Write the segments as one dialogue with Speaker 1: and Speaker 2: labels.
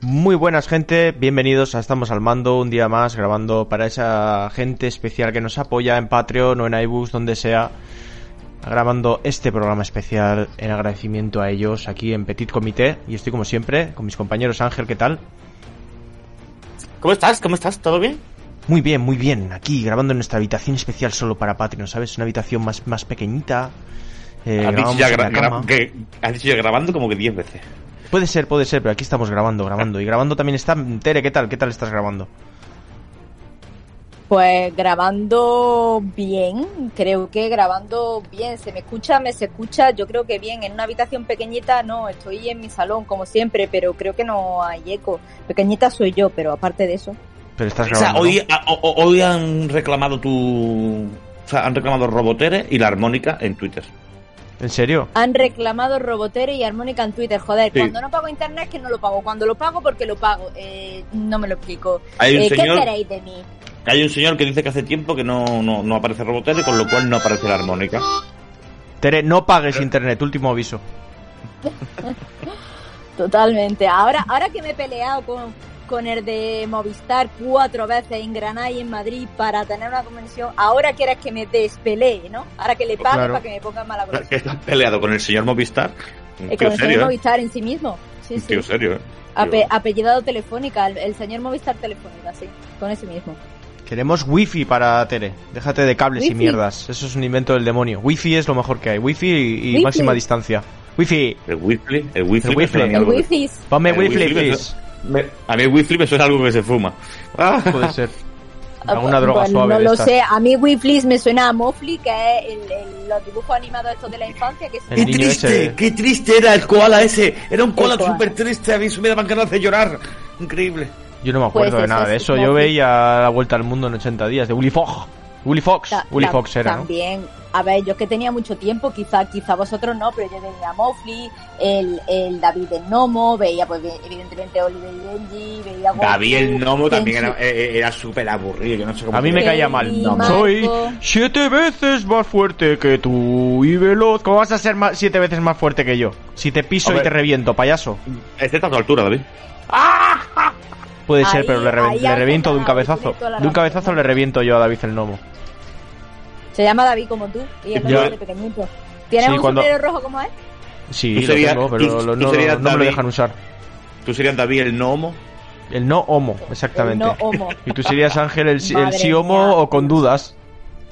Speaker 1: Muy buenas gente, bienvenidos a Estamos al Mando, un día más grabando para esa gente especial que nos apoya en Patreon o en iBooks, donde sea, grabando este programa especial en agradecimiento a ellos aquí en Petit Comité y estoy como siempre con mis compañeros Ángel, ¿qué tal?
Speaker 2: ¿Cómo estás? ¿Cómo estás? ¿Todo bien?
Speaker 1: Muy bien, muy bien, aquí grabando en nuestra habitación especial solo para Patreon, ¿sabes? Una habitación más, más pequeñita.
Speaker 2: Eh, has, dicho ya gra- gra- que- has dicho ya grabando como que 10 veces.
Speaker 1: Puede ser, puede ser, pero aquí estamos grabando, grabando. Y grabando también está Tere, ¿qué tal? ¿Qué tal estás grabando?
Speaker 3: Pues grabando bien, creo que grabando bien, se me escucha, me se escucha, yo creo que bien, en una habitación pequeñita no, estoy en mi salón como siempre, pero creo que no hay eco. Pequeñita soy yo, pero aparte de eso.
Speaker 1: Pero estás
Speaker 2: O sea,
Speaker 1: grabando.
Speaker 2: hoy,
Speaker 1: ¿no?
Speaker 2: a- o- o- hoy han reclamado tu. O sea, han reclamado Robotere y la armónica en Twitter.
Speaker 1: ¿En serio?
Speaker 3: Han reclamado Robotere y Armónica en Twitter, joder,
Speaker 2: Sí.
Speaker 3: cuando no pago internet es que no lo pago, cuando lo pago porque lo pago, eh, no me lo explico.
Speaker 2: Hay un
Speaker 3: Eh,
Speaker 2: señor-
Speaker 3: ¿Qué queréis de mí?
Speaker 2: Hay un señor que dice que hace tiempo que no, no, no aparece Robotere, con lo cual no aparece la armónica.
Speaker 1: Tere, no pagues internet, último aviso.
Speaker 3: Totalmente. Ahora, ahora que me he peleado con, con el de Movistar cuatro veces en Granada y en Madrid para tener una conexión, ahora quieres que me despelee, ¿no? Ahora que le pague
Speaker 1: Claro.
Speaker 3: para que me pongan mala
Speaker 2: Que
Speaker 3: conexión.
Speaker 2: estás peleado con el señor Movistar.
Speaker 3: Eh,
Speaker 2: Un
Speaker 3: con
Speaker 2: tío
Speaker 3: el señor
Speaker 2: serio, ¿eh?
Speaker 3: Movistar en sí mismo. Sí,
Speaker 2: Un
Speaker 3: sí.
Speaker 2: tío serio, ¿eh?
Speaker 3: Ape-
Speaker 2: Tío.
Speaker 3: apellidado Telefónica, el, el señor Movistar Telefónica, sí. Con ese mismo.
Speaker 1: Queremos wifi para Tere. Déjate de cables y
Speaker 3: Wifi.
Speaker 1: mierdas. Eso es un invento del demonio. Wifi es lo mejor que hay. Wifi y, y
Speaker 3: Wifi.
Speaker 1: máxima distancia. Wifi.
Speaker 2: El Wifly, el
Speaker 1: El
Speaker 2: Wifly. me
Speaker 1: Wifly.
Speaker 2: suena a mí
Speaker 3: El
Speaker 2: algo que-
Speaker 3: wifi es-
Speaker 1: Ponme
Speaker 2: El
Speaker 1: wifi,
Speaker 2: wifi,
Speaker 1: please.
Speaker 2: me- a mí el Wifly me suena a algo que se fuma. Ah,
Speaker 1: Puede ser. Alguna droga
Speaker 3: Ah, Bueno,
Speaker 1: suave
Speaker 3: No
Speaker 1: de
Speaker 3: lo
Speaker 1: estas.
Speaker 3: sé, a mí Wiflis me suena a Mofli, que es el- el- los dibujos animados estos de la infancia que
Speaker 1: El
Speaker 2: ¡Qué
Speaker 3: se...
Speaker 1: niño
Speaker 2: triste!
Speaker 1: ese.
Speaker 2: ¡Qué triste era el koala ese! Era un koala
Speaker 3: koala.
Speaker 2: súper triste. A mí se me daban ganas de llorar. Increíble.
Speaker 1: Yo no me acuerdo
Speaker 3: Pues
Speaker 1: de
Speaker 3: eso
Speaker 1: nada de
Speaker 3: es
Speaker 1: eso. Yo
Speaker 3: wifi.
Speaker 1: veía La Vuelta al Mundo en 80 días de Willy Fox. Willy Fox.
Speaker 3: Ta-
Speaker 1: Willy
Speaker 3: ta-
Speaker 1: Fox era, ¿no?
Speaker 3: También, a ver, yo es que tenía mucho tiempo, quizá, quizá vosotros no, pero yo veía a Mofli, el, el David el Nomo, veía pues ve- evidentemente Oliver y Benji, veía Goku,
Speaker 2: David el gnomo también era,
Speaker 3: Kenji,
Speaker 2: eh, era súper aburrido. Yo no sé cómo
Speaker 1: A mí me
Speaker 2: se-
Speaker 3: ca-
Speaker 1: caía mal.
Speaker 3: Marco.
Speaker 1: Soy siete veces más fuerte que tú y veloz. ¿Cómo vas a ser ma- siete veces más fuerte que yo? Si te piso y
Speaker 2: Hombre.
Speaker 1: te reviento, payaso.
Speaker 2: Excepto a tu altura, David.
Speaker 1: Puede ser,
Speaker 3: Ahí-
Speaker 1: pero le, reven-
Speaker 3: ahí
Speaker 1: le
Speaker 3: hace
Speaker 1: reviento de un
Speaker 3: nada,
Speaker 1: cabezazo.
Speaker 3: tiene toda la
Speaker 1: De un
Speaker 3: razón.
Speaker 1: cabezazo le reviento yo a David el Nomo.
Speaker 3: Se llama David como tú, y es
Speaker 1: Yo-
Speaker 3: de pequeñito. ¿Tienes
Speaker 1: Sí,
Speaker 3: un
Speaker 1: cuando-
Speaker 3: sombrero rojo como él?
Speaker 1: Sí,
Speaker 2: Tú
Speaker 1: lo
Speaker 2: serías-
Speaker 1: tengo, pero
Speaker 2: tú-
Speaker 1: lo-
Speaker 2: tú
Speaker 1: no,
Speaker 2: serías
Speaker 1: no me lo
Speaker 2: David.
Speaker 1: dejan usar.
Speaker 2: Tú serías David el gnomo.
Speaker 1: El no homo, exactamente.
Speaker 3: El no homo.
Speaker 1: Y tú serías Ángel el, sí- el
Speaker 3: Madre
Speaker 1: sí
Speaker 3: mía.
Speaker 1: homo o con dudas.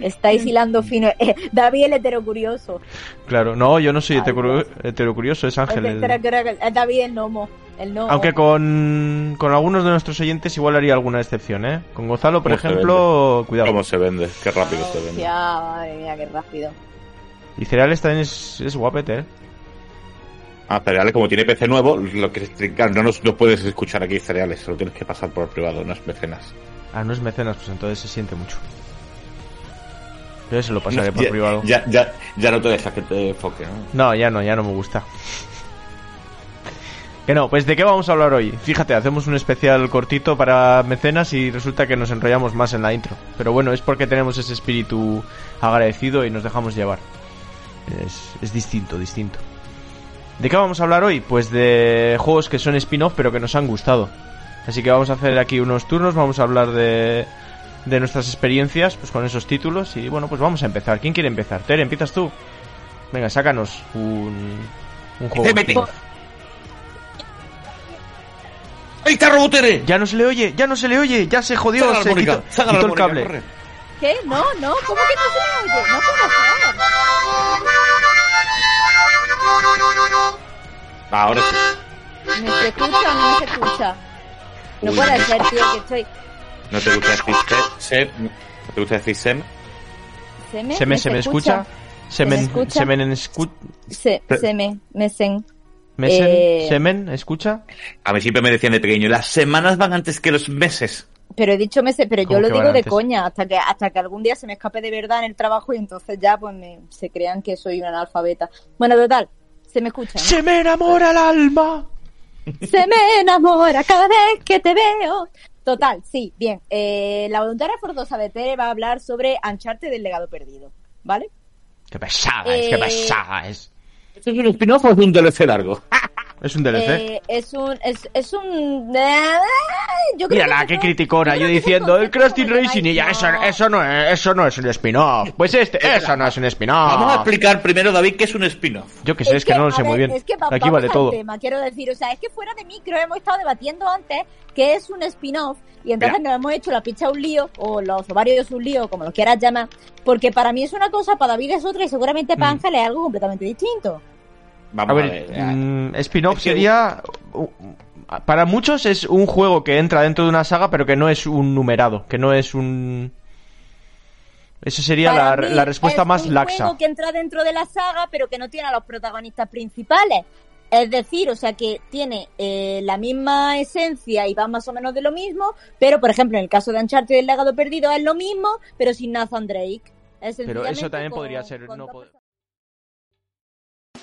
Speaker 3: Estáis hilando fino. Eh, David el heterocurioso.
Speaker 1: Claro, no, yo no soy
Speaker 3: Ay,
Speaker 1: heterocuru- heterocurioso, es Ángel.
Speaker 3: El
Speaker 1: el-
Speaker 3: heterocurioso, eh, David el Nomo. El Nomo.
Speaker 1: Aunque con, con algunos de nuestros oyentes igual haría alguna excepción, ¿eh? Con Gonzalo, por
Speaker 2: Como se
Speaker 1: ejemplo, cuidado.
Speaker 2: ¿Cómo se vende? Qué rápido se vende.
Speaker 3: Hostia, madre mía, qué rápido.
Speaker 1: Y Cereales también es, es guapete, ¿eh?
Speaker 2: Ah, cereales, como tiene PC nuevo, lo que claro, no nos no puedes escuchar aquí cereales, solo tienes que pasar por el privado, no es mecenas.
Speaker 1: Ah, no es mecenas, pues entonces se siente mucho. Yo se lo pasaré por
Speaker 2: ya,
Speaker 1: privado.
Speaker 2: Ya, ya, ya no te dejas que te enfoque, ¿no?
Speaker 1: No, ya no, ya no me gusta. Que no, pues de qué vamos a hablar hoy. Fíjate, hacemos un especial cortito para mecenas y resulta que nos enrollamos más en la intro. Pero bueno, es porque tenemos ese espíritu agradecido y nos dejamos llevar. Es, es distinto, distinto. ¿De qué vamos a hablar hoy? Pues de juegos que son spin-off pero que nos han gustado. Así que vamos a hacer aquí unos turnos, vamos a hablar de, de nuestras experiencias pues con esos títulos y bueno, pues vamos a empezar. ¿Quién quiere empezar? Ter, empiezas tú. Venga, sácanos un, un juego.
Speaker 2: CBT.
Speaker 1: spin-off.
Speaker 2: ¡Ahí está Robotere!
Speaker 1: Ya no se le oye, ya no se le oye, ya se jodió,
Speaker 2: Saca la
Speaker 1: se
Speaker 2: armónica,
Speaker 1: quitó,
Speaker 2: saca la
Speaker 1: quitó el
Speaker 2: armónica,
Speaker 1: cable.
Speaker 2: corre.
Speaker 3: ¿Qué? No, no, ¿cómo que no se me oye? No puedo ser.
Speaker 2: Ahora sí.
Speaker 3: ¿Me se escucha o no se escucha? No
Speaker 2: Uy,
Speaker 3: puede
Speaker 2: no.
Speaker 3: ser, tío, que estoy...
Speaker 2: ¿No te gusta decir se- se- ¿No te gusta decir sem?
Speaker 3: ¿Se me,
Speaker 1: Se me, se me escucha.
Speaker 3: ¿Se me
Speaker 1: Semen,
Speaker 3: escucha?
Speaker 1: semen, en escu-
Speaker 3: Se, se me, me sen.
Speaker 1: mesen-
Speaker 3: Eh.
Speaker 1: semen, escucha.
Speaker 2: A mí siempre me decían de pequeño, las semanas van antes que los meses.
Speaker 3: Pero he dicho meses, pero yo
Speaker 1: ¿Cómo
Speaker 3: lo
Speaker 1: que van
Speaker 3: digo de
Speaker 1: antes?
Speaker 3: coña, hasta que hasta que algún día se me escape de verdad en el trabajo y entonces ya pues me, se crean que soy una analfabeta. Bueno, total, se me escucha. ¿no?
Speaker 1: Se me enamora el alma.
Speaker 3: Se me enamora cada vez que te veo. Total, sí, bien. Eh, la voluntaria forzosa de Tere va a hablar sobre ancharte del legado perdido, ¿vale?
Speaker 1: Qué pesada es,
Speaker 3: Eh.
Speaker 1: qué pesada es.
Speaker 2: ¿Esto es un spin-off o es un DLC largo?
Speaker 1: Es un DLC.
Speaker 3: Eh, es un. Es, es un. Ah, Yo creo
Speaker 1: Mírala,
Speaker 3: que
Speaker 1: qué
Speaker 3: no.
Speaker 1: criticona,
Speaker 3: creo
Speaker 1: yo
Speaker 3: que es un
Speaker 1: diciendo el
Speaker 3: concepto
Speaker 1: Crusty
Speaker 3: que lleváis,
Speaker 1: Racing y ya,
Speaker 3: no.
Speaker 1: eso, eso, no es, eso no es un spin-off. Pues este, eso no es un
Speaker 2: Vamos a
Speaker 1: spin-off.
Speaker 2: explicar primero, David, qué es un spin-off.
Speaker 1: Yo que sé, es que no lo
Speaker 3: a
Speaker 1: sé muy
Speaker 3: ver,
Speaker 1: bien.
Speaker 3: Es que va-
Speaker 1: Aquí
Speaker 3: vamos
Speaker 1: vale
Speaker 3: al
Speaker 1: todo.
Speaker 3: tema, quiero decir, o sea, es que fuera de micro hemos estado debatiendo antes que es un spin-off y entonces nos hemos hecho la picha un lío o los ovarios un lío, como lo quieras llamar, porque para mí es una cosa, para David es otra y seguramente para
Speaker 1: Mm.
Speaker 3: Ángel es algo completamente distinto.
Speaker 1: A
Speaker 2: Vamos a
Speaker 1: ver,
Speaker 2: ver. ah,
Speaker 1: mm, spin-off
Speaker 2: Es que-
Speaker 1: sería... u- u- Para muchos es un juego que entra dentro de una saga, pero que no es un numerado, que no es un... Esa sería la,
Speaker 3: Para mí
Speaker 1: la respuesta
Speaker 3: es
Speaker 1: más
Speaker 3: un
Speaker 1: laxa.
Speaker 3: juego que entra dentro de la saga, pero que no tiene a los protagonistas principales. Es decir, o sea que tiene eh, la misma esencia y va más o menos de lo mismo, pero por ejemplo en el caso de Uncharted y el legado perdido es lo mismo, pero sin Nathan Drake. Es
Speaker 1: Pero eso
Speaker 3: sencillamente
Speaker 1: también
Speaker 3: con-
Speaker 1: podría ser...
Speaker 3: con
Speaker 1: no
Speaker 3: dos
Speaker 1: po-